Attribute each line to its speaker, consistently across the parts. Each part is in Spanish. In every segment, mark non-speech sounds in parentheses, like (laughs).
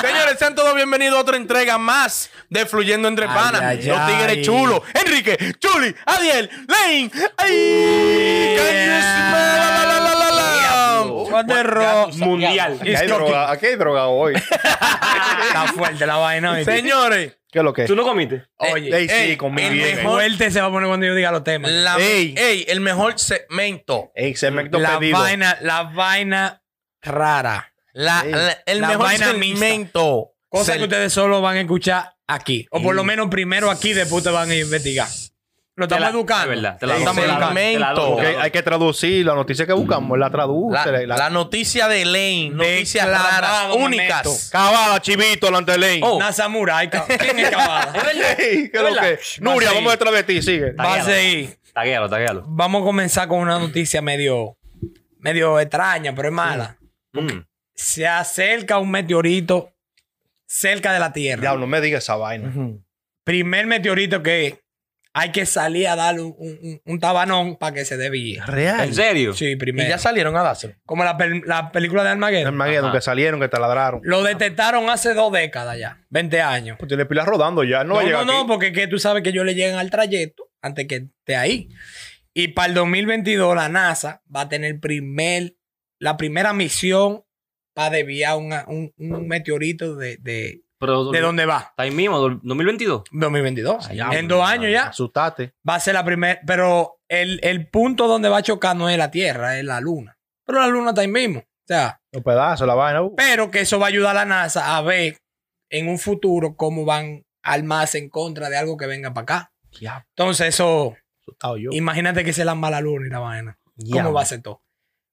Speaker 1: Señores, sean todos bienvenidos a otra entrega más de Fluyendo Entre Panas.
Speaker 2: ay,
Speaker 1: Los Tigres
Speaker 2: ay.
Speaker 1: Chulos, Enrique, Chuli, Adiel, Lane. ¡Ay! Can you smell la, la, la, la, la?
Speaker 2: What the rock.
Speaker 3: Mundial.
Speaker 4: Aquí hay, droga, aquí hay droga hoy.
Speaker 2: Está fuerte la vaina. ¿viste?
Speaker 1: Señores, eh,
Speaker 4: ¿Qué es lo que es?
Speaker 3: ¿Tú no comiste?
Speaker 1: oye,
Speaker 4: Ey, sí,
Speaker 1: ey,
Speaker 4: conmigo
Speaker 1: el
Speaker 4: bien.
Speaker 1: mejor-
Speaker 2: Fuerte se va a poner cuando yo diga los temas.
Speaker 1: la-
Speaker 4: Ey.
Speaker 1: ey, el mejor segmento.
Speaker 4: Ey, segmento
Speaker 2: La
Speaker 4: pedido.
Speaker 2: vaina, la vaina rara.
Speaker 1: La-
Speaker 4: Ey.
Speaker 1: la- el
Speaker 2: La
Speaker 1: mejor
Speaker 2: vaina mixta.
Speaker 1: segmento.
Speaker 2: Cosa
Speaker 1: Sel-
Speaker 2: que ustedes solo van a escuchar aquí. O por
Speaker 4: Sí.
Speaker 2: lo menos primero aquí, después te van a investigar. Lo estamos educando.
Speaker 3: Es verdad, te
Speaker 2: Lo
Speaker 3: la
Speaker 2: estamos
Speaker 3: doy, te la doy,
Speaker 2: educando.
Speaker 3: te la doy,
Speaker 4: Ok,
Speaker 3: te la doy.
Speaker 4: hay que traducir la noticia que buscamos. La traduce.
Speaker 1: La,
Speaker 4: la-
Speaker 1: la noticia de Lane, noticias
Speaker 2: Declamado,
Speaker 1: raras,
Speaker 2: Memento.
Speaker 1: únicas.
Speaker 4: Cavada, chivito, la Antelín.
Speaker 2: Oh. Una samurái. cabrón. (laughs) ¿Quién es cabrón?
Speaker 4: (laughs) Ey, ¿Qué es lo
Speaker 2: Hola.
Speaker 4: que es? Nuria,
Speaker 2: Vas a
Speaker 4: vamos
Speaker 2: ir.
Speaker 4: detrás de ti, sigue.
Speaker 2: Va a seguir.
Speaker 3: Taguéalo, taguéalo.
Speaker 2: Vamos a comenzar con una noticia medio, medio extraña, pero es mala.
Speaker 3: Mm.
Speaker 2: Se acerca un meteorito cerca de la Tierra.
Speaker 4: Diablo, no me digas esa vaina.
Speaker 2: Primer meteorito que hay que salir a darle un, un- un- un tabanón para que se desvíe.
Speaker 4: Real.
Speaker 3: ¿En serio?
Speaker 2: Sí,
Speaker 1: Y
Speaker 2: primero.
Speaker 1: ya salieron a dárselo.
Speaker 2: Como la, pel- la película de
Speaker 4: El
Speaker 2: Armageddon.
Speaker 4: Armageddon,
Speaker 3: Ajá.
Speaker 4: que salieron, que te ladraron.
Speaker 2: Lo detectaron hace dos décadas ya, 20 años.
Speaker 4: Pues tiene pilas rodando ya, no, va
Speaker 2: No,
Speaker 4: a llegar
Speaker 2: no, pues no,
Speaker 4: aquí.
Speaker 2: porque que tú sabes que ellos le llegan al trayecto antes que esté ahí. Y para el 2022 la NASA va a tener primer, la primera misión para desviar una- un, un meteorito de, de,
Speaker 3: Pero,
Speaker 2: de dónde va.
Speaker 3: Está ahí mismo, do- 2022.
Speaker 2: 2022.
Speaker 3: Ay,
Speaker 2: en
Speaker 3: hombre,
Speaker 2: dos años ya
Speaker 4: Asustaste.
Speaker 2: va a ser la primera. Pero el, el punto donde va a chocar no es la Tierra, es la Luna. Pero la Luna está ahí mismo. O sea,
Speaker 4: Los pedazos, la vaina. uh.
Speaker 2: pero que eso va a ayudar a la NASA a ver en un futuro cómo van a armarse en contra de algo que venga para acá.
Speaker 4: Diablo,
Speaker 2: Entonces eso...
Speaker 4: asustado yo.
Speaker 2: Imagínate que se la mala luna y la vaina. ¿Cómo va a ser todo?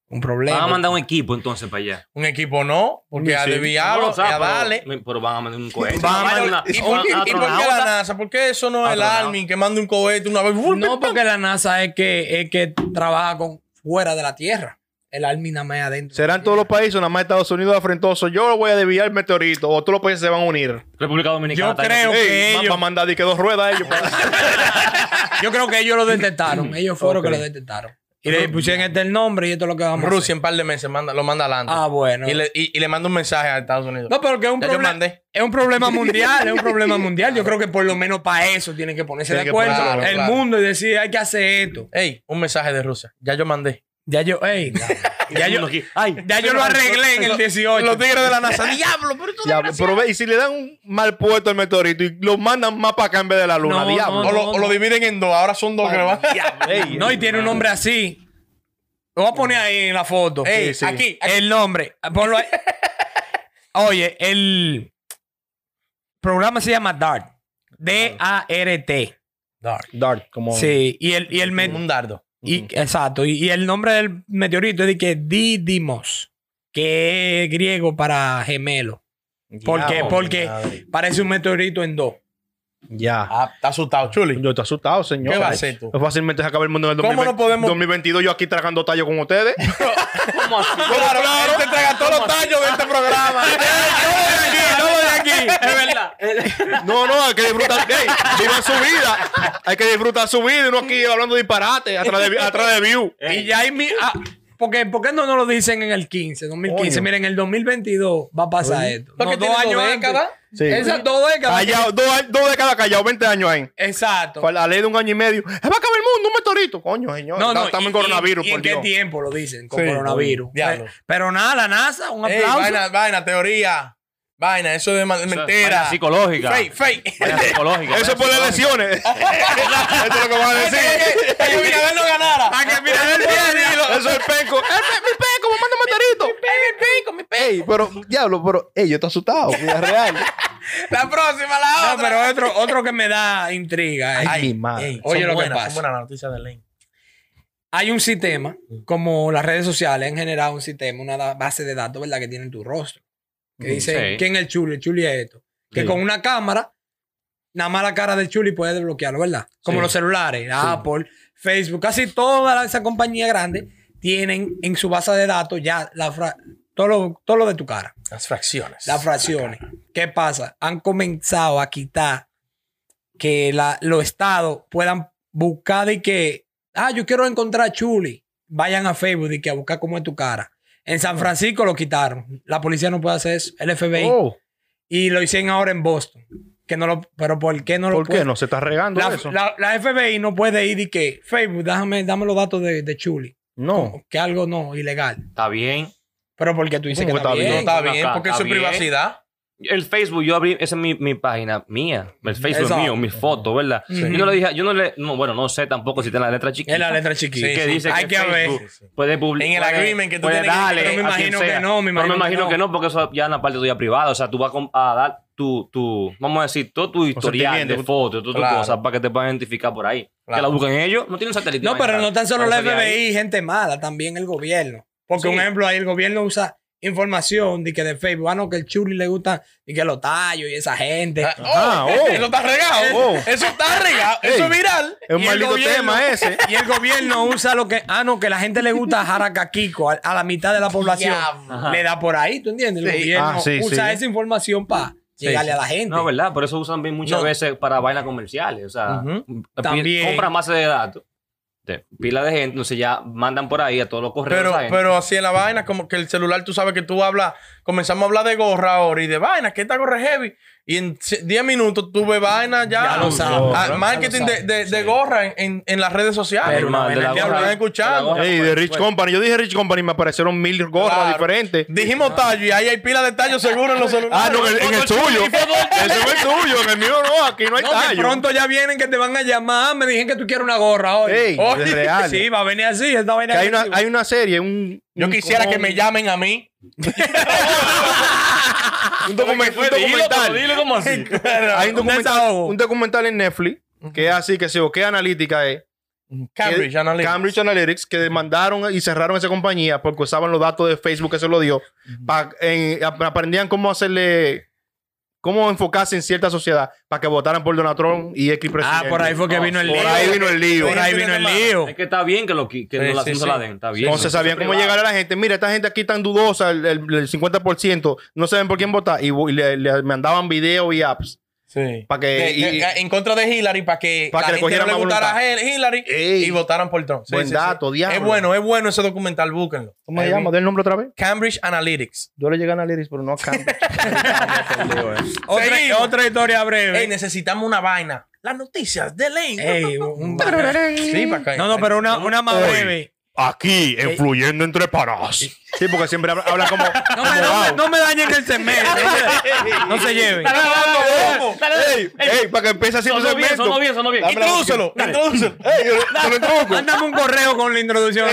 Speaker 2: Un problema.
Speaker 3: Van a mandar un equipo entonces para allá.
Speaker 1: Un equipo no, porque
Speaker 4: Sí,
Speaker 1: a
Speaker 4: sí.
Speaker 1: desviarlo,
Speaker 3: No, o sea,
Speaker 1: a
Speaker 3: pero-
Speaker 1: darle.
Speaker 3: me- Pero van a mandar un cohete.
Speaker 2: Van a
Speaker 3: Van
Speaker 2: mandar-
Speaker 3: una-
Speaker 1: ¿Y,
Speaker 3: van
Speaker 1: por,
Speaker 3: a
Speaker 1: y por qué la
Speaker 3: astronauta.
Speaker 1: NASA? ¿Por qué eso no es el
Speaker 3: Astronauta.
Speaker 1: Army que manda un cohete una vez?
Speaker 2: No, porque la NASA es que, es que trabaja con fuera de la Tierra. El Army nada más es adentro.
Speaker 4: Serán todos los países, nada más Estados Unidos afrentoso. Yo lo voy a desviar el meteorito. O todos los países se van a unir.
Speaker 3: República Dominicana.
Speaker 2: Yo
Speaker 3: está ahí.
Speaker 2: creo- que
Speaker 4: Ey,
Speaker 2: ellos-
Speaker 4: va a mandar y que dos ruedas ellos.
Speaker 2: Yo creo que ellos
Speaker 4: (laughs)
Speaker 2: lo detectaron. Ellos fueron que lo detectaron. Y le pusieron este el nombre y esto es lo que vamos
Speaker 1: Rusia
Speaker 2: a hacer.
Speaker 1: en par de meses manda, lo manda adelante.
Speaker 2: Ah, bueno.
Speaker 1: y, le, y- y le manda un mensaje a Estados Unidos.
Speaker 2: No, pero que es un,
Speaker 1: Ya yo
Speaker 2: problema,
Speaker 1: mandé.
Speaker 2: es un problema mundial, es un problema mundial. Yo creo que por lo menos para eso tienen que ponerse
Speaker 4: Tienen
Speaker 2: de
Speaker 4: que
Speaker 2: acuerdo
Speaker 1: ponerse de
Speaker 2: el
Speaker 1: acuerdo.
Speaker 2: mundo y decir, hay que hacer esto.
Speaker 1: Ey, un mensaje de Rusia. Ya yo mandé.
Speaker 2: Ya yo, ey,
Speaker 1: (laughs)
Speaker 2: ya yo,
Speaker 3: Ay,
Speaker 2: ya yo lo arreglé en el 18.
Speaker 1: Los tigres de la
Speaker 2: (laughs)
Speaker 1: NASA. Diablo, pero tú
Speaker 4: Diablo, pero ve, y si le dan un mal puesto al meteorito y lo mandan más para acá en vez de la luna,
Speaker 2: No,
Speaker 4: diablo.
Speaker 1: O
Speaker 2: no,
Speaker 1: lo, o lo dividen en dos. Ahora son dos que le van.
Speaker 4: (laughs) Ey,
Speaker 2: No, y tiene un nombre así. Lo voy a poner ahí en la foto.
Speaker 1: Ey,
Speaker 4: sí.
Speaker 1: aquí. aquí.
Speaker 2: El nombre.
Speaker 1: (laughs)
Speaker 2: Ponlo ahí. Oye, el programa se llama DART. D-A-R-T.
Speaker 4: Dark, como.
Speaker 2: Sí. Y el, y el me-
Speaker 1: Como un dardo.
Speaker 2: y- exacto. Y, y el nombre del meteorito es de que Didymos, que es griego para gemelo. ¿Por qué?
Speaker 4: Diablo,
Speaker 2: Porque
Speaker 4: madre.
Speaker 2: parece un meteorito en dos.
Speaker 4: Ya.
Speaker 1: Ah, está asustado, Chuli.
Speaker 4: Yo estoy asustado, señor.
Speaker 1: ¿Qué va a hacer tú?
Speaker 4: Fácilmente se acaba el mundo en el
Speaker 1: ¿Cómo
Speaker 4: 2020,
Speaker 1: no podemos-
Speaker 4: 2022. Yo aquí tragando tallo con ustedes. (laughs)
Speaker 3: ¿Cómo así?
Speaker 1: Claro, él te traga todos los tallos de este (laughs) programa.
Speaker 2: Eh,
Speaker 1: (laughs)
Speaker 3: Es verdad.
Speaker 4: No, no, hay que disfrutar. Ey, vivan su vida. Hay que disfrutar su vida. y Uno aquí hablando disparate atrás de, atrás de
Speaker 1: (laughs)
Speaker 4: view.
Speaker 2: Y ya hay mi. ah, porque, ¿Por qué no nos lo dicen en el 15, 2015?
Speaker 4: Coño.
Speaker 2: Miren, en el 2022 va a pasar esto.
Speaker 1: Porque
Speaker 2: No,
Speaker 1: tiene dos
Speaker 2: antes.
Speaker 1: décadas.
Speaker 4: Sí.
Speaker 2: Esas dos décadas.
Speaker 4: Callado, dos, a- dos décadas callado, 20 años ahí.
Speaker 2: Exacto.
Speaker 4: Para la ley de un año y medio. Se va a acabar el mundo, un meteorito. Coño, señor.
Speaker 2: No, no,
Speaker 4: estamos
Speaker 2: y-
Speaker 4: en coronavirus,
Speaker 2: y- y
Speaker 4: por
Speaker 2: ¿En
Speaker 4: Dios.
Speaker 2: qué tiempo lo dicen? Con
Speaker 1: Sí,
Speaker 2: coronavirus.
Speaker 1: oye, diablo.
Speaker 2: Pero, pero nada, la NASA, un
Speaker 1: Ey,
Speaker 2: aplauso.
Speaker 1: vaina, vaina, teoría. Vaina, eso de mal- mentira.
Speaker 3: vaina psicológica.
Speaker 1: Fake, fake.
Speaker 3: Vaya psicológica.
Speaker 4: Eso
Speaker 3: vaya
Speaker 4: es por las
Speaker 3: psicológica.
Speaker 4: lesiones. Eso es lo que van a decir.
Speaker 1: (laughs) Que yo vine a ver no ganara.
Speaker 2: Ah, que mira,
Speaker 1: (laughs)
Speaker 2: él viene y lo-
Speaker 4: Eso es penco. Es pe- mi penco, me manda un meteorito. Mi penco, mi penco. Ey, pero, diablo, pero, ey, yo estoy asustado. Es real.
Speaker 1: La próxima, la
Speaker 2: No,
Speaker 1: otra.
Speaker 2: pero otro, otro que me da intriga. es-
Speaker 4: Ay, mi madre.
Speaker 1: ey,
Speaker 2: Oye
Speaker 1: son
Speaker 2: lo que
Speaker 1: buenas,
Speaker 2: pasa.
Speaker 1: Son buenas noticias de Lane.
Speaker 2: Hay un sistema, como las redes sociales han generado un sistema, una da- base de datos, ¿verdad? Que tienen tu rostro. Que dice,
Speaker 3: sí.
Speaker 2: ¿quién es el chuli? El chuli es esto. Que
Speaker 4: Sí.
Speaker 2: con una cámara nada más la cara de Chuli puede desbloquearlo, ¿verdad? Como
Speaker 3: Sí.
Speaker 2: los celulares, Apple, Facebook, casi todas esas compañías grandes tienen en su base de datos ya la fra- todo, lo, todo lo de tu cara,
Speaker 1: Las fracciones.
Speaker 2: las fracciones. ¿Qué pasa? Han comenzado a quitar que la- los estados puedan buscar de que, ah, yo quiero encontrar a Chuli. Vayan a Facebook y que a buscar cómo es tu cara. En San Francisco lo quitaron. La policía no puede hacer eso. El FBI.
Speaker 4: Oh,
Speaker 2: Y lo hicieron ahora en Boston. Que no lo, pero ¿por qué no lo
Speaker 4: ¿Por qué
Speaker 2: puede-
Speaker 4: no? ¿Se está regando
Speaker 2: La,
Speaker 4: eso?
Speaker 2: la- la FBI no puede ir y que Facebook, déjame, dame los datos de, de Chuli.
Speaker 4: no.
Speaker 2: Que algo no, ilegal.
Speaker 3: Está bien.
Speaker 2: Pero porque tú dices que
Speaker 4: ¿Cómo
Speaker 2: está
Speaker 4: que
Speaker 2: bien.
Speaker 1: No está
Speaker 3: Ven
Speaker 1: bien,
Speaker 3: acá,
Speaker 1: porque
Speaker 3: está
Speaker 1: eso es
Speaker 3: bien.
Speaker 1: privacidad.
Speaker 3: El Facebook, yo abrí, esa es mi, mi página mía. El Facebook
Speaker 2: Exacto.
Speaker 3: es mío, mis fotos, ¿verdad?
Speaker 2: Sí.
Speaker 3: Y yo le dije, yo no le, no, bueno, no sé tampoco si está en la letra chiquita.
Speaker 2: Es la letra chiquita.
Speaker 3: que dice
Speaker 2: Hay que,
Speaker 3: que,
Speaker 2: ver.
Speaker 3: Facebook puede publicar.
Speaker 1: En el agreement que tú tienes que-
Speaker 3: darle
Speaker 2: pero me
Speaker 3: a quien
Speaker 2: imagino que
Speaker 3: sea.
Speaker 2: no, me
Speaker 3: Pero
Speaker 2: imagino que no.
Speaker 3: que no, porque eso ya en la parte tuya privada. O sea, tú vas com- a dar tu, tu, vamos a decir, todo tu historial
Speaker 4: sentimiento.
Speaker 3: de fotos, todas
Speaker 1: Claro.
Speaker 3: tus cosas para que te puedan identificar por ahí.
Speaker 1: Claro.
Speaker 3: Que la busquen ellos, no tienen satélite.
Speaker 2: No, pero no tan solo la
Speaker 3: Para salir ahí.
Speaker 2: FBI, gente mala, también el gobierno. Porque
Speaker 3: Sí.
Speaker 2: un ejemplo ahí, el gobierno usa información de que de Facebook, ah, no, que el Chuli le gusta y que los tallos y esa gente.
Speaker 1: Ah,
Speaker 4: Ah,
Speaker 1: oh,
Speaker 4: oh.
Speaker 1: (laughs) Eso está regado.
Speaker 4: (laughs) Oh.
Speaker 1: Eso está regado. Eso
Speaker 4: Ey.
Speaker 1: es viral.
Speaker 4: Es un
Speaker 2: Y el
Speaker 4: maldito
Speaker 2: gobierno-
Speaker 4: tema eh. ese.
Speaker 2: Y el
Speaker 3: (laughs)
Speaker 2: gobierno usa lo que, ah, no, que la gente le gusta jaracaquico a, a la mitad de la población.
Speaker 1: Diablo.
Speaker 3: Ajá.
Speaker 2: Le da por ahí, ¿tú entiendes? El
Speaker 1: Sí.
Speaker 2: gobierno
Speaker 4: Ah, sí,
Speaker 2: usa
Speaker 4: sí. pues,
Speaker 2: esa información para llegarle a la gente.
Speaker 3: No, ¿verdad? Por eso usan también muchas
Speaker 2: No.
Speaker 3: veces para vainas comerciales. O sea,
Speaker 2: Ujú.
Speaker 3: pi-
Speaker 2: También.
Speaker 3: compran base de datos. de Pila de gente, entonces ya mandan por ahí a todos los correos.
Speaker 1: Pero,
Speaker 3: a esa gente.
Speaker 1: pero así es la vaina, como que el celular, tú sabes que tú hablas, comenzamos a hablar de gorra ahora y de vaina, que esta gorra es heavy. Y en se- 10 minutos tú ves vaina ya.
Speaker 2: Ya lo sabes.
Speaker 1: Ah,
Speaker 2: Ya lo
Speaker 1: marketing de,
Speaker 2: sabes.
Speaker 1: de- de gorra en, en- en las redes sociales.
Speaker 3: Pero, man, de la
Speaker 1: Diablo,
Speaker 3: gorra-
Speaker 1: están escuchando.
Speaker 3: de la gorra.
Speaker 4: Ey, de Rich Company. Yo dije Rich Company y me aparecieron mil gorras
Speaker 1: Claro.
Speaker 4: diferentes.
Speaker 1: Dijimos tallo y ahí hay pila de tallo seguro en los celulares.
Speaker 4: Ah, no, en, en el tuyo. Eso es el tuyo. En el mío no. Aquí no hay
Speaker 2: No, que
Speaker 4: tallo.
Speaker 2: pronto ya vienen que te van a llamar. ah, Me dijeron que tú quieres una gorra hoy.
Speaker 4: Ey,
Speaker 2: Oye,
Speaker 4: es real.
Speaker 2: Sí, va a venir así. Esta vaina
Speaker 4: Que hay, una,
Speaker 2: así.
Speaker 4: hay una serie, un.
Speaker 1: Yo
Speaker 4: un-
Speaker 1: quisiera
Speaker 4: un-
Speaker 1: que me llamen a mí.
Speaker 4: Un, document- un
Speaker 2: Ah,
Speaker 4: documental. (laughs) Hay un documental, un documental en Netflix que es así, que se o qué analítica es.
Speaker 1: Cambridge
Speaker 4: Que-
Speaker 1: Analytica.
Speaker 4: Eh, Cambridge Analytics, que demandaron y cerraron esa compañía porque usaban los datos de Facebook que se lo dio. pa- en- ap- aprendían cómo hacerle. cómo enfocarse en cierta sociedad para que votaran por Donald Trump y X
Speaker 2: Ah,
Speaker 4: presidente.
Speaker 2: por ahí fue que
Speaker 3: No,
Speaker 2: vino el lío.
Speaker 4: Por ahí vino el lío.
Speaker 2: Por ahí vino el lío.
Speaker 3: Es que está bien que, lo, qui- que
Speaker 1: Sí,
Speaker 3: no la,
Speaker 1: sí,
Speaker 3: no se
Speaker 1: sí.
Speaker 3: la den, está bien.
Speaker 4: No se sabía
Speaker 3: sabían
Speaker 4: cómo llegar a la gente. Mira, esta gente aquí tan dudosa, el, el- el 50%, no saben por quién votar. Y, vo- y le, le mandaban videos y apps.
Speaker 1: Sí.
Speaker 4: Para que.
Speaker 1: Que-
Speaker 4: y-
Speaker 1: que- eh, en contra de Hillary para que
Speaker 4: Pa'
Speaker 1: la
Speaker 4: que le
Speaker 1: gente
Speaker 4: cogieran
Speaker 1: no le
Speaker 4: más
Speaker 1: gustara
Speaker 4: voluntad.
Speaker 1: a Hil- Hillary
Speaker 4: Ey.
Speaker 1: y votaran por Trump. Sí,
Speaker 4: Buen
Speaker 1: sí,
Speaker 4: dato,
Speaker 1: sí.
Speaker 4: diablo.
Speaker 1: Es bueno, es bueno ese documental, búquenlo.
Speaker 4: ¿Cómo se llama? ¿Del nombre otra vez?
Speaker 1: Cambridge Analytics.
Speaker 4: Yo le llegué a Analytics,
Speaker 1: (laughs)
Speaker 4: pero no a Cambridge.
Speaker 2: Otra,
Speaker 1: Seguimos.
Speaker 2: otra historia breve.
Speaker 1: Ey, necesitamos una vaina. Las noticias de Lane.
Speaker 2: Ey, un- no, no, pero una, una más
Speaker 4: Hoy.
Speaker 2: breve.
Speaker 4: Aquí, influyendo entre panas. Sí, porque siempre habla, habla
Speaker 1: (laughs)
Speaker 4: como.
Speaker 2: No me, no me- no me dañen el segmento. No se lleven.
Speaker 4: ¡Ey! ¡Ey! Para que empiece así un
Speaker 3: Sonó bien,
Speaker 4: segmento.
Speaker 3: sonó bien, sonó bien.
Speaker 4: Dame la
Speaker 1: Introdúcelo, introdúcelo.
Speaker 4: ¡Ey! yo- ¡Yo lo introduzco!
Speaker 2: Mándame un correo con la introducción.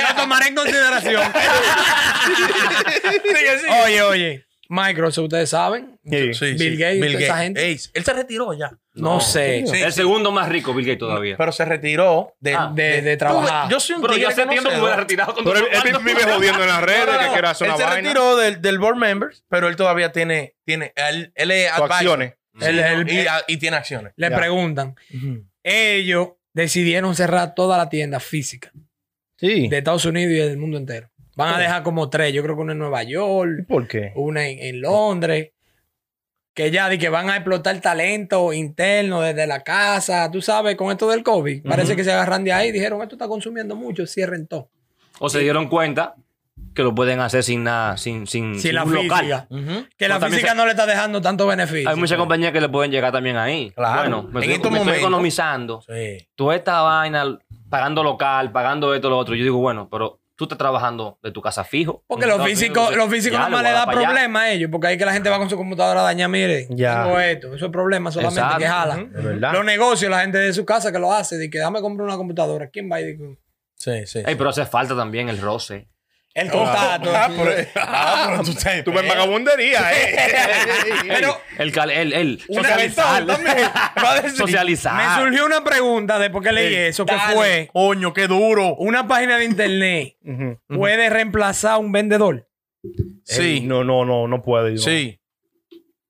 Speaker 2: La tomaré en consideración. Oye, oye. Microsoft, ustedes saben.
Speaker 4: Sí.
Speaker 2: Bill Gates, esa gente.
Speaker 1: Ey, él se retiró ya.
Speaker 2: No,
Speaker 3: No.
Speaker 2: sé.
Speaker 1: Sí,
Speaker 3: El
Speaker 1: sí.
Speaker 3: segundo más rico, Bill Gates todavía.
Speaker 1: Pero se retiró de,
Speaker 3: Ah.
Speaker 2: De- de trabajar.
Speaker 1: Tú, Yo soy un
Speaker 3: Pero yo
Speaker 1: tigre
Speaker 3: hace tiempo que
Speaker 1: conocedor.
Speaker 3: me hubiera retirado con
Speaker 4: Pero
Speaker 3: todo
Speaker 4: él,
Speaker 3: el
Speaker 4: él
Speaker 3: mundo.
Speaker 4: vive jodiendo en las redes
Speaker 1: No, no,
Speaker 4: que
Speaker 1: no.
Speaker 4: quiere hacer
Speaker 1: él
Speaker 4: una
Speaker 1: se
Speaker 4: vaina.
Speaker 1: retiró del, del board members, pero él todavía tiene, tiene él, él es
Speaker 4: Su
Speaker 1: advisor.
Speaker 4: acciones.
Speaker 1: Sí,
Speaker 2: Él-
Speaker 1: no,
Speaker 2: él-
Speaker 1: y, a- y tiene acciones.
Speaker 2: Le
Speaker 4: Ya.
Speaker 2: preguntan. Ellos decidieron cerrar toda la tienda física
Speaker 4: Sí.
Speaker 2: de Estados Unidos y del mundo entero. Van a dejar como tres. Yo creo que una en Nueva York.
Speaker 4: ¿Por qué?
Speaker 2: una en, en Londres, que ya di que van a explotar talento interno desde la casa, tú sabes, con esto del COVID. Parece que se agarran de ahí y dijeron, esto está consumiendo mucho, cierren todo.
Speaker 3: O se dieron cuenta que lo pueden hacer sin nada, sin, sin,
Speaker 2: Sin la
Speaker 3: un Mm, local.
Speaker 2: física.
Speaker 1: Ujú.
Speaker 2: Que la
Speaker 3: Pues también
Speaker 2: física no le está dejando tanto beneficio.
Speaker 3: Hay muchas compañías que le pueden llegar también ahí.
Speaker 1: Claro.
Speaker 3: Bueno,
Speaker 1: En este
Speaker 3: me, estoy,
Speaker 1: estos
Speaker 3: me estoy
Speaker 1: momentos.
Speaker 3: economizando.
Speaker 1: Sí.
Speaker 3: Toda esta vaina, pagando local, pagando esto, lo otro. Yo digo, bueno, pero tú estás trabajando de tu casa fijo.
Speaker 2: Porque los
Speaker 3: Entonces,
Speaker 2: físicos,
Speaker 3: entonces,
Speaker 2: los físicos
Speaker 3: ya,
Speaker 2: nada más
Speaker 3: voy
Speaker 2: le
Speaker 3: a
Speaker 2: da
Speaker 3: dar para allá.
Speaker 2: problemas a ellos, porque ahí que la gente va con su computadora a dañar, mire,
Speaker 4: Ya.
Speaker 2: tengo esto, eso es problema solamente
Speaker 3: Exacto.
Speaker 2: que jalan.
Speaker 4: De verdad.
Speaker 2: Los negocios, la gente de su casa que lo hace, de que dame comprar una computadora, ¿quién va? Y dice,
Speaker 1: Sí, sí.
Speaker 3: Ey, pero hace falta también el roce. (laughs)
Speaker 2: el contacto.
Speaker 1: Ah, pero- ah, pero tú estás-
Speaker 4: Tú me
Speaker 1: (laughs)
Speaker 4: vagabundería, ¿eh?
Speaker 2: Pero
Speaker 3: El, cal- el, el
Speaker 1: Una
Speaker 3: socializar.
Speaker 1: vez
Speaker 3: (laughs)
Speaker 1: también. Va a decir,
Speaker 2: me
Speaker 3: socializar.
Speaker 2: surgió una pregunta de por qué leí
Speaker 1: "Ey,
Speaker 2: eso, que
Speaker 1: dale,
Speaker 2: fue...
Speaker 1: Coño, qué duro.
Speaker 2: una página de internet
Speaker 4: Ujú.
Speaker 2: puede reemplazar a un vendedor.
Speaker 4: Ey, No, no, no, no puede. yo.
Speaker 1: sí.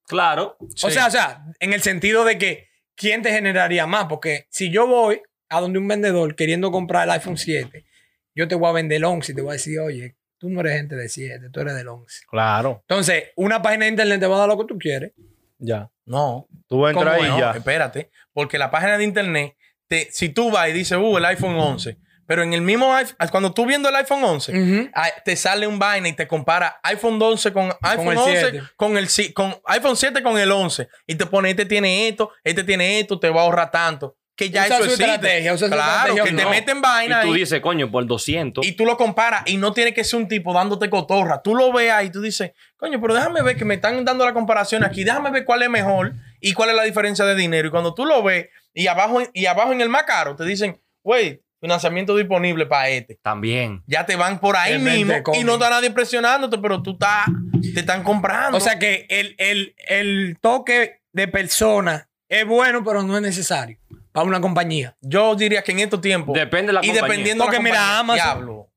Speaker 3: Claro.
Speaker 2: O sea, o sea, en el sentido de que ¿quién te generaría más? Porque si yo voy a donde un vendedor queriendo comprar el iPhone 7, yo te voy a vender el 11 y te voy a decir, oye, tú no eres gente de 7, tú eres del 11.
Speaker 4: Claro.
Speaker 2: Entonces, una página de internet te va a dar lo que tú quieres.
Speaker 4: Ya.
Speaker 1: No,
Speaker 4: Tú vas a entrar
Speaker 2: ¿Cómo
Speaker 4: ahí
Speaker 1: no, eh,
Speaker 4: ya.
Speaker 1: espérate. Porque la página de internet, te, si tú vas y dices, uh, el iPhone 11, pero en el mismo iPhone, cuando tú viendo el iPhone 11, ah, te sale un vaina y te compara iPhone 12 con iPhone
Speaker 2: el
Speaker 1: 11,
Speaker 2: 7.
Speaker 1: con el si- con iPhone 7 con el 11 y te pone este tiene esto, este tiene esto, te va a ahorrar tanto, que ya
Speaker 2: Usa
Speaker 1: eso
Speaker 2: su
Speaker 1: existe.
Speaker 2: estrategia, usa su
Speaker 1: claro,
Speaker 2: estrategia
Speaker 1: que
Speaker 2: o
Speaker 1: te
Speaker 2: no.
Speaker 1: meten vaina
Speaker 3: Y tú
Speaker 1: ahí,
Speaker 3: dices, coño, por 200.
Speaker 1: y tú lo comparas y no tiene que ser un tipo dándote cotorra. Tú lo veas y tú dices, coño, pero déjame ver que me están dando la comparación aquí, déjame ver cuál es mejor y cuál es la diferencia de dinero. Y cuando tú lo ves y abajo, y abajo en el más caro te dicen, wey, financiamiento disponible para este.
Speaker 3: También.
Speaker 1: Ya te van por ahí
Speaker 2: Es mente
Speaker 1: mismo y
Speaker 2: cómica.
Speaker 1: no está nadie presionándote, pero tú estás, te están comprando.
Speaker 2: O sea que el, el- el toque de persona es bueno, pero no es necesario para una compañía.
Speaker 1: yo diría que en estos tiempos
Speaker 3: Depende de la
Speaker 1: y
Speaker 3: compañía.
Speaker 1: dependiendo de la
Speaker 2: Porque mira,
Speaker 1: compañía,
Speaker 2: Amazon-
Speaker 1: diablo.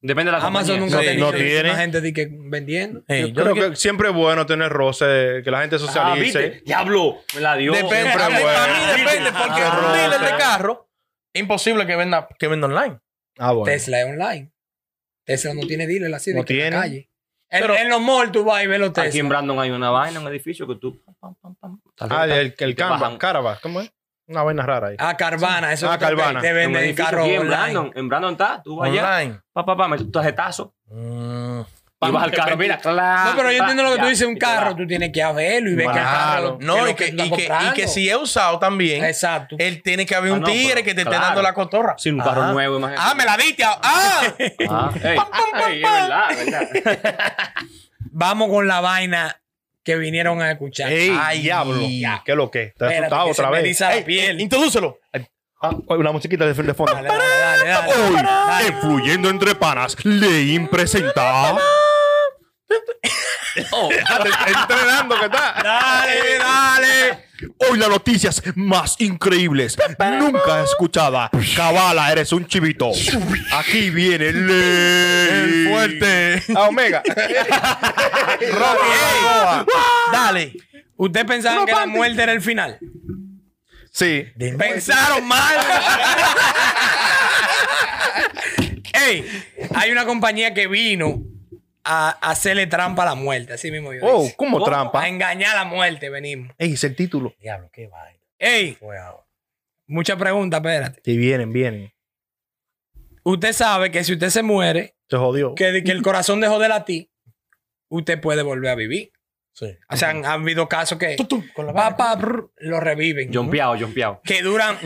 Speaker 3: Depende de la compañía.
Speaker 2: Amazon nunca
Speaker 1: Sí,
Speaker 2: ha tenido
Speaker 4: no tiene.
Speaker 2: una gente de que vendiendo.
Speaker 1: Ey,
Speaker 4: Yo
Speaker 1: yo
Speaker 4: creo
Speaker 1: creo
Speaker 4: que siempre es bueno tener roce, que la gente
Speaker 3: Ah,
Speaker 4: socialice.
Speaker 3: ¿viste? Diablo. Me la dio.
Speaker 1: Depende,
Speaker 4: siempre
Speaker 1: a mí-
Speaker 4: bueno.
Speaker 1: para mí depende, porque
Speaker 3: Ah,
Speaker 1: un dealer de
Speaker 3: ok.
Speaker 1: carro es imposible que venda, que venda online.
Speaker 4: Ah, bueno.
Speaker 2: Tesla es online. Tesla no tiene dealer así de
Speaker 4: No
Speaker 2: que en la
Speaker 4: tiene.
Speaker 2: calle. En-
Speaker 1: Pero-
Speaker 2: en los malls tú vas y ves los
Speaker 3: Aquí en
Speaker 2: Tesla.
Speaker 3: Brandon hay una vaina, un edificio que tú. pam, pam, pam, pam,
Speaker 4: Ah, el, el,
Speaker 3: te
Speaker 4: Canva,
Speaker 3: bajan.
Speaker 4: Carva, ¿cómo es? Una vaina rara ahí.
Speaker 2: A Carvana, eso
Speaker 4: Ah,
Speaker 2: es otra
Speaker 4: Carvana.
Speaker 2: que Te
Speaker 3: En un
Speaker 2: venden
Speaker 3: edificio
Speaker 2: carro
Speaker 3: aquí en
Speaker 2: online.
Speaker 3: Brandon. En Brandon está. Tú vas allá.
Speaker 1: Online.
Speaker 3: Pa, pa, pa, metes tu tarjetazo.
Speaker 1: Mm.
Speaker 3: Y vas al carro. Mira, claro.
Speaker 2: No, pero yo entiendo lo que tú dices, un carro, tú tienes que ir a verlo y ver que el
Speaker 4: Claro.
Speaker 2: carro.
Speaker 1: No,
Speaker 2: lo
Speaker 1: y que,
Speaker 2: tú estás
Speaker 1: y que- y
Speaker 2: comprando.
Speaker 1: que si he usado también,
Speaker 2: Exacto.
Speaker 1: él tiene que haber
Speaker 3: Ah,
Speaker 1: un
Speaker 3: no,
Speaker 1: tigre
Speaker 3: pero
Speaker 1: que te
Speaker 3: claro.
Speaker 1: esté dando la cotorra.
Speaker 3: Sin un carro
Speaker 1: Ajá.
Speaker 3: nuevo, imagínate.
Speaker 1: Ah, me la diste. ahora. (laughs) Ah,
Speaker 3: Ah, ey. Ey, es verdad, es verdad.
Speaker 2: Vamos con la vaina que vinieron a escuchar.
Speaker 4: ¡Ey,
Speaker 1: ay,
Speaker 4: diablo!
Speaker 1: ya.
Speaker 4: ¿Qué es lo que? es? ¿Te has
Speaker 2: Espérate,
Speaker 4: asustado
Speaker 2: que
Speaker 4: otra
Speaker 2: se
Speaker 4: vez? Ah,
Speaker 2: me eriza la
Speaker 1: Ey,
Speaker 2: piel.
Speaker 1: introdúcelo.
Speaker 4: Una musiquita de, de fondo.
Speaker 2: Dale, dale, dale, dale.
Speaker 4: Hoy, en Fluyendo Entre Panas, Leín
Speaker 1: Ah.
Speaker 4: (laughs)
Speaker 2: (laughs)
Speaker 4: presenta...
Speaker 3: Oh,
Speaker 4: Entrenando, ¿qué tal?
Speaker 2: Dale, dale.
Speaker 4: Hoy las noticias más increíbles, nunca escuchada. Cabala, eres un chivito. Aquí viene Leín. A
Speaker 2: (laughs)
Speaker 4: Omega.
Speaker 1: Rocky, ey, Dale.
Speaker 2: ¿Ustedes pensaban que la muerte era el final?
Speaker 4: Sí.
Speaker 2: Pensaron mal. Ey, hay una compañía que vino a hacerle trampa a la muerte, así mismo yo.
Speaker 4: Oh,
Speaker 2: dice.
Speaker 4: como
Speaker 2: A
Speaker 4: trampa.
Speaker 2: engañar a la muerte venimos.
Speaker 4: Ey, es el título.
Speaker 1: Diablo, qué vaina.
Speaker 2: Ey, mucha pregunta, espérate.
Speaker 4: Sí, vienen, vienen.
Speaker 2: Usted sabe que si usted se muere,
Speaker 4: Se jodió.
Speaker 2: que, que el corazón dejó de latir, usted puede volver a vivir.
Speaker 1: Sí.
Speaker 2: O sea, han, han habido casos que
Speaker 1: Tú, tú, con la vaina.
Speaker 2: papá lo reviven.
Speaker 3: Jompeado, jompeado.
Speaker 2: Que duran,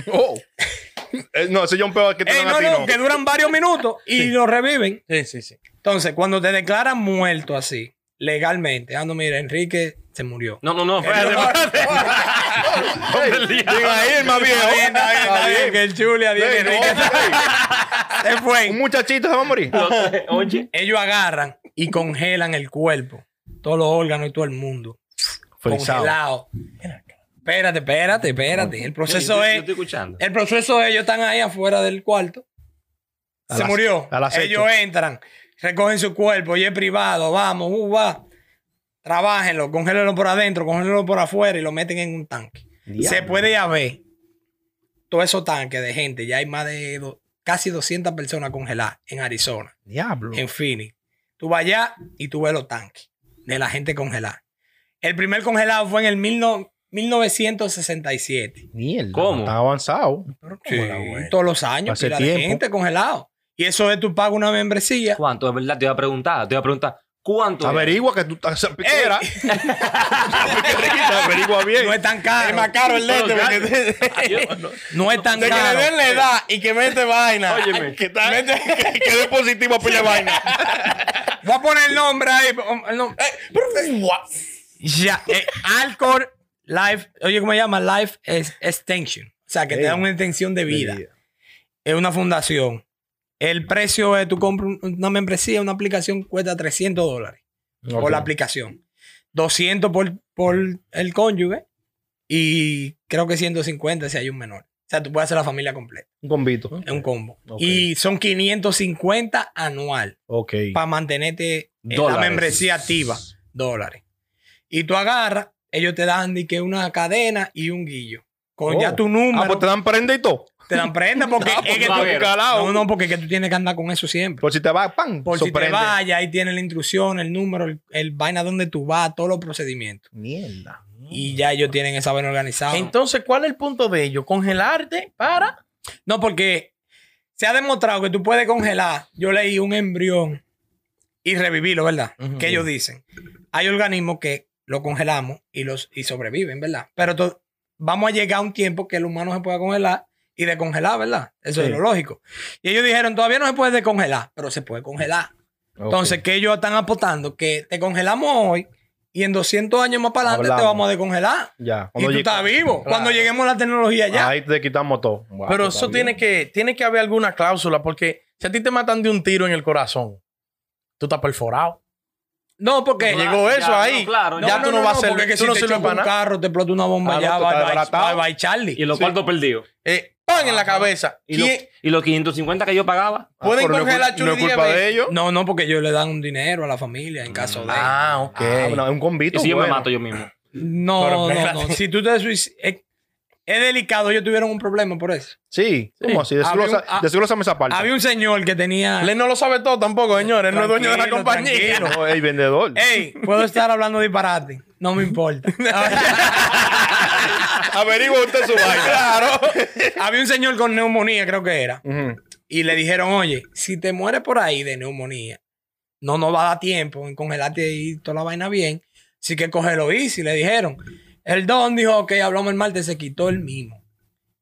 Speaker 4: Eh, no, ese John Peo que te
Speaker 2: Ey,
Speaker 4: dan a
Speaker 2: no,
Speaker 4: ti,
Speaker 2: no,
Speaker 4: no.
Speaker 2: que duran varios minutos y lo reviven.
Speaker 1: Sí, sí, sí.
Speaker 2: Entonces, cuando te declaran muerto así, legalmente, ah, no, mira, Enrique se murió.
Speaker 3: No, no, no. espérate,
Speaker 2: (laughs)
Speaker 4: Ey, Diga ahí el más viejo.
Speaker 2: Está bien, está bien, está
Speaker 4: Está
Speaker 2: bien,
Speaker 4: bien.
Speaker 2: que el Julia
Speaker 4: Ey,
Speaker 2: viene,
Speaker 4: no,
Speaker 2: Enrique se
Speaker 4: ey, Un
Speaker 2: (laughs) fue.
Speaker 4: muchachito se va a morir.
Speaker 3: espérate.
Speaker 2: (laughs)
Speaker 3: Oye.
Speaker 2: Ellos agarran y congelan el cuerpo, todos los órganos y todo el mundo. Congelado. Espérate, espérate, espérate. El proceso
Speaker 3: Ey, yo-
Speaker 2: Pues es.
Speaker 3: yo estoy escuchando.
Speaker 2: El proceso es, ellos están ahí afuera del cuarto.
Speaker 4: A
Speaker 2: se
Speaker 4: las-
Speaker 2: murió.
Speaker 4: a las ocho.
Speaker 2: ellos entran, recogen su cuerpo, y es privado, vamos, uh, va. Trabájenlo, congélenlo por adentro, congélenlo por afuera y lo meten en un tanque. Se puede ya ver todos esos tanques de gente. Ya hay más de do- casi 200 personas congeladas en Arizona,
Speaker 4: Diablo.
Speaker 2: en Phoenix. Tú vas allá y tú ves los tanques de la gente congelada. El primer congelado fue en el mil no- 1967.
Speaker 4: Mierda.
Speaker 3: ¿Cómo?
Speaker 4: Está avanzado.
Speaker 2: Sí,
Speaker 1: la buena.
Speaker 2: todos los años.
Speaker 4: Hace
Speaker 2: pila de
Speaker 4: tiempo.
Speaker 2: gente congelado. Y eso es, tú pagas una membresía.
Speaker 3: ¿Cuánto? Es verdad, te iba a preguntar. Te iba a preguntar. ¿Cuánto? es?
Speaker 4: Averigua que tú estás en piquera. Piquerita, Averigua bien.
Speaker 2: No es tan caro.
Speaker 1: caro el
Speaker 3: Pero,
Speaker 1: porque
Speaker 3: claro.
Speaker 1: te-
Speaker 3: Ah, yo-
Speaker 2: No es tan
Speaker 1: de que le den
Speaker 2: caro.
Speaker 1: la edad y que mete vaina.
Speaker 3: Óyeme.
Speaker 1: (laughs) Que está- mete-
Speaker 4: Que dé positivo a pila de vaina.
Speaker 2: Voy a poner el nombre ahí. o- el nombre. Ya. eh, Alcor Life. Oye, ¿cómo se llama? Life es Extension. O sea, que
Speaker 4: Ey.
Speaker 2: te dan una extensión de vida. Es una fundación. El precio es, tú compras un- una membresía, una aplicación cuesta 300 dólares por la aplicación. 200 por, por el cónyuge y creo que 150 si hay un menor. O sea, tú puedes hacer la familia completa.
Speaker 4: Un convito.
Speaker 2: Es un combo.
Speaker 4: Ok.
Speaker 2: Y son 550 anual
Speaker 4: Ok.
Speaker 2: para mantenerte eh, la
Speaker 3: Dólares.
Speaker 2: membresía activa. Dólares. Y tú agarras, ellos te dan de que una cadena y un guillo. con ya
Speaker 4: Oh.
Speaker 2: tu
Speaker 4: Ah,
Speaker 2: número.
Speaker 4: pues Ah, te dan prenda y todo.
Speaker 2: te
Speaker 4: (laughs)
Speaker 2: dan prenda porque
Speaker 3: No,
Speaker 2: es que
Speaker 3: pues, va a
Speaker 2: Ah, tú,
Speaker 3: ver.
Speaker 2: no, no, porque es que tú tienes que andar con eso siempre.
Speaker 4: Por si te va, ¡pam!
Speaker 2: Por si te
Speaker 4: sorprende.
Speaker 2: vayas, ahí tienes la instrucción, el número, el, el vaina donde tú vas, todos los procedimientos.
Speaker 4: Mierda.
Speaker 2: Y ya ellos tienen esa vaina organizada.
Speaker 1: Entonces, ¿cuál es el punto de ello? Congelarte para.
Speaker 2: No, porque se ha demostrado que tú puedes congelar. Yo leí un embrión y revivirlo, ¿verdad?
Speaker 1: Ujú.
Speaker 2: Que ellos dicen. Hay organismos que lo congelamos y, los, y sobreviven, ¿verdad? Pero to- vamos a llegar a un tiempo que el humano se pueda congelar y descongelar, ¿verdad? Eso
Speaker 4: Sí.
Speaker 2: es lo lógico. Y ellos dijeron, todavía no se puede descongelar, pero se puede congelar. Entonces, que ellos están apostando que te congelamos hoy y en 200 años más para adelante te
Speaker 4: Hablamos.
Speaker 2: vamos a descongelar.
Speaker 4: ya.
Speaker 2: Y tú
Speaker 4: llegue-
Speaker 2: estás vivo. Cuando lleguemos a la tecnología ya.
Speaker 4: Ahí te quitamos todo. Guau,
Speaker 1: Pero
Speaker 4: está
Speaker 1: eso
Speaker 4: bien.
Speaker 1: tiene que, tiene que haber alguna cláusula, porque si a ti te matan de un tiro en el corazón, tú estás perforado.
Speaker 2: No, porque
Speaker 1: Claro, llegó eso
Speaker 3: no,
Speaker 1: ahí.
Speaker 3: claro,
Speaker 1: Ya
Speaker 3: ya.
Speaker 1: tú no vas a ser-
Speaker 2: porque es que
Speaker 1: tú no
Speaker 2: si te
Speaker 1: sirves
Speaker 2: choca
Speaker 1: para
Speaker 2: un
Speaker 1: nada.
Speaker 2: carro, te explota una bomba
Speaker 4: Ah, no,
Speaker 2: ya,
Speaker 4: tú
Speaker 2: bye,
Speaker 4: estás
Speaker 2: bye,
Speaker 4: desbaratado.
Speaker 2: bye, bye, Charlie.
Speaker 3: Y los cuartos perdidos.
Speaker 1: Eh, ¡Pan en la cabeza!
Speaker 3: Y, los-
Speaker 1: ¿Quién-
Speaker 3: y los 550 que yo pagaba.
Speaker 4: Ah,
Speaker 1: pueden
Speaker 4: pero no es
Speaker 1: congelar
Speaker 4: cul- No es
Speaker 1: chuli
Speaker 4: culpa
Speaker 1: 10
Speaker 4: de ellos.
Speaker 2: No, no, porque ellos le dan un dinero a la familia en caso de...
Speaker 1: Ah, ok.
Speaker 4: Ah, bueno, es un
Speaker 3: Y
Speaker 4: convito.
Speaker 3: si yo me
Speaker 4: bueno.
Speaker 3: mato yo mismo.
Speaker 2: No,
Speaker 1: Pero
Speaker 2: no, no.
Speaker 1: espérate.
Speaker 2: Si tú te suicidas... Es, es delicado, ellos tuvieron un problema por eso.
Speaker 4: Sí, ¿cómo así?
Speaker 2: Había un-
Speaker 4: Desglosa-
Speaker 2: ah,
Speaker 4: Desglósame esa parte.
Speaker 2: Había un señor que tenía...
Speaker 1: Él no lo sabe todo tampoco, señores. No es dueño de la
Speaker 2: Tranquilo,
Speaker 1: compañía.
Speaker 2: tranquilo.
Speaker 4: No, el
Speaker 2: (laughs)
Speaker 4: vendedor.
Speaker 2: Ey, puedo estar hablando disparate. No me importa.
Speaker 4: Averigua usted su vaina.
Speaker 2: claro. Había un señor con neumonía, creo que era.
Speaker 4: Ujú.
Speaker 2: y le dijeron, oye, si te mueres por ahí de neumonía, no nos va a dar tiempo en congelarte y toda la vaina bien, así que cógelo easy, le dijeron. El don dijo, ok, hablamos el martes, se quitó el mismo.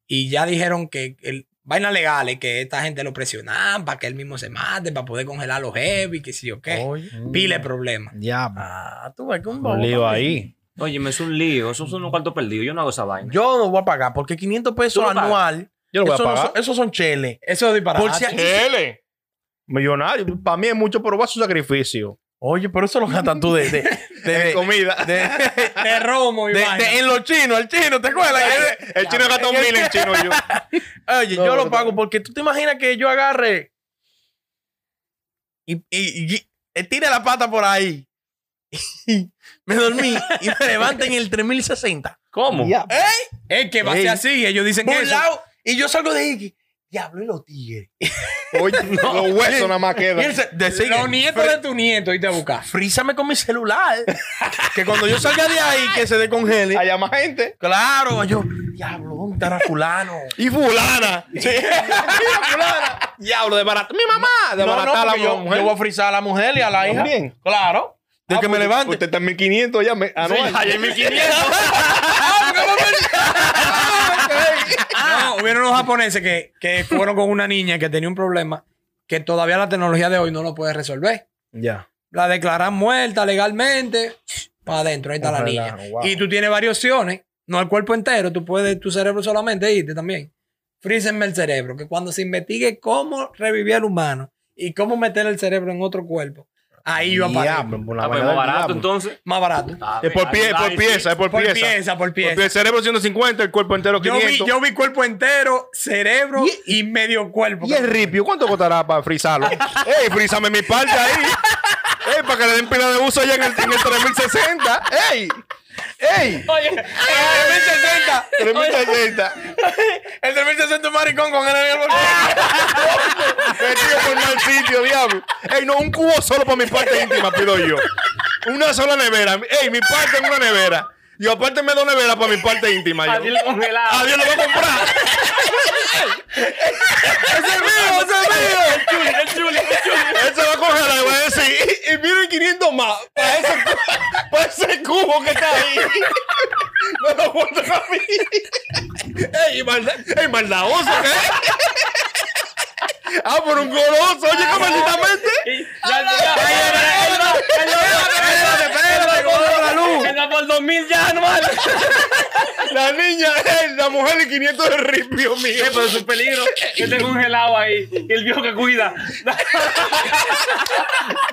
Speaker 2: Y ya dijeron que el, vainas legales, que esta gente lo presionaban para que él mismo se mate, para poder congelar los heavy, que sí o qué.
Speaker 1: (laughs) Oye.
Speaker 2: Pile problema.
Speaker 4: Diablo.
Speaker 1: Oh, Ah, tú ves que un bobo.
Speaker 4: Un lío ahí.
Speaker 3: Oye, me es un lío. Eso son unos cuartos perdidos. Yo no hago esa vaina.
Speaker 1: Yo no voy a pagar, porque 500 pesos
Speaker 3: Tú no pagas.
Speaker 1: anual.
Speaker 4: Yo lo voy a
Speaker 1: eso no
Speaker 4: pagar. Ah,
Speaker 1: son- Esos son cheles.
Speaker 2: Eso es disparate.
Speaker 1: Por si a-
Speaker 4: Chele. Millonario. Para mí es mucho, pero va a su sacrificio.
Speaker 1: Oye, pero eso lo gastas tú de. de, de-
Speaker 4: (laughs) En comida.
Speaker 1: de-
Speaker 2: Te romo y
Speaker 1: de-
Speaker 2: vaina.
Speaker 1: de- en los chinos, el chino, ¿te acuerdas? Que-
Speaker 4: el chino gastó un mil en chino yo.
Speaker 1: Oye,
Speaker 4: No,
Speaker 1: yo
Speaker 4: no.
Speaker 1: lo pago porque tú te imaginas que yo agarre y, y- y- y tire la pata por ahí. me dormí y me levanten en el 3060.
Speaker 3: ¿Cómo?
Speaker 2: Es que va a
Speaker 4: Ey.
Speaker 2: ser así, ellos dicen que eso.
Speaker 1: Burlao. Y yo salgo de ahí. que, Diablo, y los tigres.
Speaker 4: Oye, los huesos nada más
Speaker 1: Y él
Speaker 4: quedan.
Speaker 1: se- de
Speaker 2: Los
Speaker 1: sigue.
Speaker 2: nietos de tu nieto y te buscas.
Speaker 1: Frízame con mi celular. que cuando yo salga de ahí, que se descongele.
Speaker 4: Allá más gente.
Speaker 1: Claro, yo, diablo, ¿dónde estará (laughs) fulano?
Speaker 4: Y fulana. Sí. (laughs) Mira, fulana. Diablo, de barato. Mi mamá. De
Speaker 1: No, no,
Speaker 4: barata la
Speaker 1: porque yo,
Speaker 4: mujer.
Speaker 1: yo voy a frizar a la mujer y a la hija.
Speaker 4: También.
Speaker 1: Claro. De
Speaker 4: Ah,
Speaker 1: que me
Speaker 4: pues,
Speaker 1: levante.
Speaker 4: Usted está en 1500 ya. Me, ah, no,
Speaker 3: Sí, ay, en 1500.
Speaker 2: No, hubieron unos japoneses que, que fueron con una niña que tenía un problema que todavía la tecnología de hoy no lo puede resolver.
Speaker 4: Ya.
Speaker 2: La declaran muerta legalmente, para adentro, ahí está la
Speaker 4: Ojalá,
Speaker 2: niña.
Speaker 4: wow.
Speaker 2: Y tú tienes varias opciones, no el cuerpo entero, tú puedes, tu cerebro solamente irte también. Frícenme el cerebro, que cuando se investigue cómo revivir al humano y cómo meter el cerebro en otro cuerpo, ahí yo aparezco.
Speaker 4: Diablo, una
Speaker 3: Ah, pues
Speaker 4: vaina
Speaker 3: más
Speaker 4: del
Speaker 3: barato
Speaker 4: diablo.
Speaker 3: entonces.
Speaker 2: Más barato.
Speaker 3: Ah,
Speaker 4: Es por,
Speaker 3: ahí-
Speaker 4: pie, es
Speaker 3: ahí
Speaker 4: por
Speaker 3: sí.
Speaker 4: pieza, es por,
Speaker 2: Por
Speaker 4: pieza.
Speaker 2: pieza, por
Speaker 4: Porque
Speaker 2: pieza.
Speaker 4: el cerebro 150, el cuerpo entero
Speaker 2: Yo vi,
Speaker 4: 500.
Speaker 2: yo vi cuerpo entero, cerebro y, medio cuerpo.
Speaker 4: Y el ripio, ¿cuánto costará
Speaker 1: (laughs)
Speaker 4: para frizarlo? ¡Ey, frizame mi parte ahí! ¡Ey, para que le den pila de uso allá en el, en el 3060! ¡Ey! ¡Ey!
Speaker 1: Oye, el 3060.
Speaker 4: 3060.
Speaker 1: El 3060 es maricón con el en el bolsillo.
Speaker 4: Metido por mal sitio, diablo. ¡Ey, no, un cubo solo para mi parte íntima pido yo! Una sola nevera. ¡Ey, mi parte en una nevera! Yo aparte me doy nevera para mi parte íntima.
Speaker 3: Así
Speaker 4: Yo.
Speaker 3: le congelaba.
Speaker 4: ¡Adiós, lo voy a comprar!
Speaker 1: ¡Ese es mío, ese es mío!
Speaker 3: El chuli, el chuli, el chuli.
Speaker 4: Él se va a coger y va a decir, y, y miren 500 más para ese, para ese cubo que está ahí. No lo vuelven a mí. ¡Ey, maldad! ¡Ey, maldadoso! ¿qué? ¡Ah, por un goloso! ¡Oye, que malditamente!
Speaker 3: Ya, ya, ya. Que no por 2000 ya, hermano.
Speaker 4: La niña,
Speaker 1: eh,
Speaker 4: él, la mujer y 500 de ripio mío.
Speaker 3: Pero es un peligro. Que esté congelado ahí. Y el viejo que
Speaker 4: (laughs)
Speaker 3: cuida.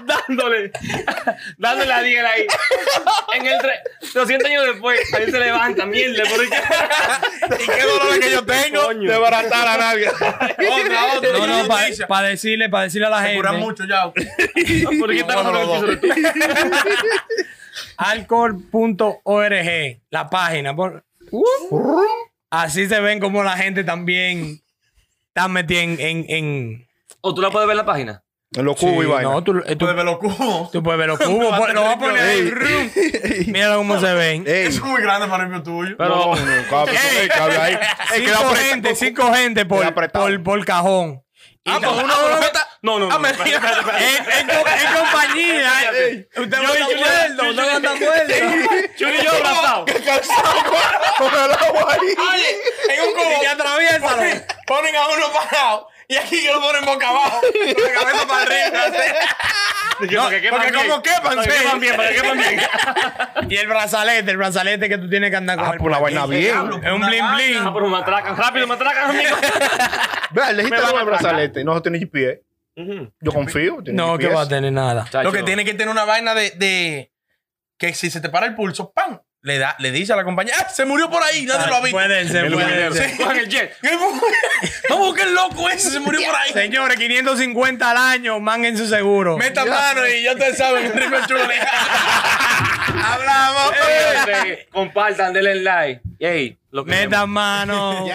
Speaker 3: Dándole. Dándole a 10 ahí. En el tre- 200 años después. Ahí se levanta. Mierda. ¿por qué?
Speaker 1: ¿Y qué dolor que yo tengo?
Speaker 4: De baratar a nadie.
Speaker 1: Otra, otra.
Speaker 2: No, no, para
Speaker 1: Noticia.
Speaker 2: decirle, para decirle a la
Speaker 1: Se curan
Speaker 2: gente.
Speaker 1: mucho ya.
Speaker 3: ¿Por qué está con el piso de ti?
Speaker 2: Alcohol.org, la página. por- uh, Así se ven como la gente también está metida en... en, en-
Speaker 3: ¿O tú la puedes ver en la página?
Speaker 4: En los cubos y
Speaker 2: Sí,
Speaker 4: vaina.
Speaker 2: no, tú, eh, tú-
Speaker 1: Pues me lo cubo.
Speaker 2: tú
Speaker 3: (laughs)
Speaker 2: puedes ver los cubos. pues, lo voy a poner ahí. Mira cómo se ven.
Speaker 4: Ey,
Speaker 1: Eso es muy grande para el mío tuyo.
Speaker 3: Pero-
Speaker 4: no, no, no, cabrón, ey, cabrón, ahí. Ey, queda
Speaker 2: Cinco
Speaker 4: apretado.
Speaker 2: gente, cinco gente
Speaker 4: Queda
Speaker 2: por,
Speaker 4: apretado.
Speaker 2: por, por cajón.
Speaker 3: Ah,
Speaker 2: Y-
Speaker 3: con una
Speaker 2: Ah,
Speaker 3: profeta. No, no, no.
Speaker 2: En, en co- en compañía. eh. Usted no
Speaker 3: Yo y
Speaker 2: está
Speaker 3: Julián,
Speaker 2: muerto,
Speaker 3: yo y
Speaker 2: usted no
Speaker 3: Julián.
Speaker 2: está
Speaker 3: (laughs)
Speaker 2: muerto.
Speaker 3: Chuy y yo abrazado.
Speaker 4: (laughs) Con el agua ahí.
Speaker 1: En un cubo.
Speaker 2: Y que atraviesa.
Speaker 1: Ponen a uno parado. Y aquí que lo ponen boca abajo. Con la cabeza para (laughs) arriba.
Speaker 3: No, porque quepan
Speaker 1: porque
Speaker 3: bien.
Speaker 1: como quepan,
Speaker 3: Para que
Speaker 1: sí.
Speaker 3: quepan bien, para que quepan bien.
Speaker 2: Y el brazalete, el brazalete que tú tienes que andar con
Speaker 4: Ah,
Speaker 2: él
Speaker 4: por la vaina
Speaker 2: aquí.
Speaker 4: bien.
Speaker 2: Es un bling bling.
Speaker 3: Ah, pero me atracan. Rápido, me atracan, amigo.
Speaker 4: Vea, el
Speaker 3: Me
Speaker 4: lejito
Speaker 3: van
Speaker 4: con
Speaker 3: a
Speaker 4: el brazalete. No, eso tiene GPS.
Speaker 3: Ujú.
Speaker 4: Yo confío. tiene
Speaker 2: No, que
Speaker 4: GPS.
Speaker 2: va a tener nada.
Speaker 1: Lo que tiene que tener una vaina de, de- Que si se te para el pulso, ¡pam! Le, da, le dice a la compañía, ¡ah! Se murió por ahí. Nadie lo ha visto.
Speaker 2: Puede ser,
Speaker 4: El
Speaker 2: puede
Speaker 4: video.
Speaker 2: ser.
Speaker 1: Sí. (laughs)
Speaker 3: Cojan el
Speaker 4: (laughs)
Speaker 3: jet.
Speaker 1: Vamos, qué loco ese. Se murió por ahí.
Speaker 2: Señores, 550 al año, manguen su seguro.
Speaker 1: Meta mano y ya te saben, rico chule. (laughs) Hablamos.
Speaker 3: Este, Compartan, denle like. Ey, lo
Speaker 1: (laughs)
Speaker 3: que
Speaker 2: Meta mano.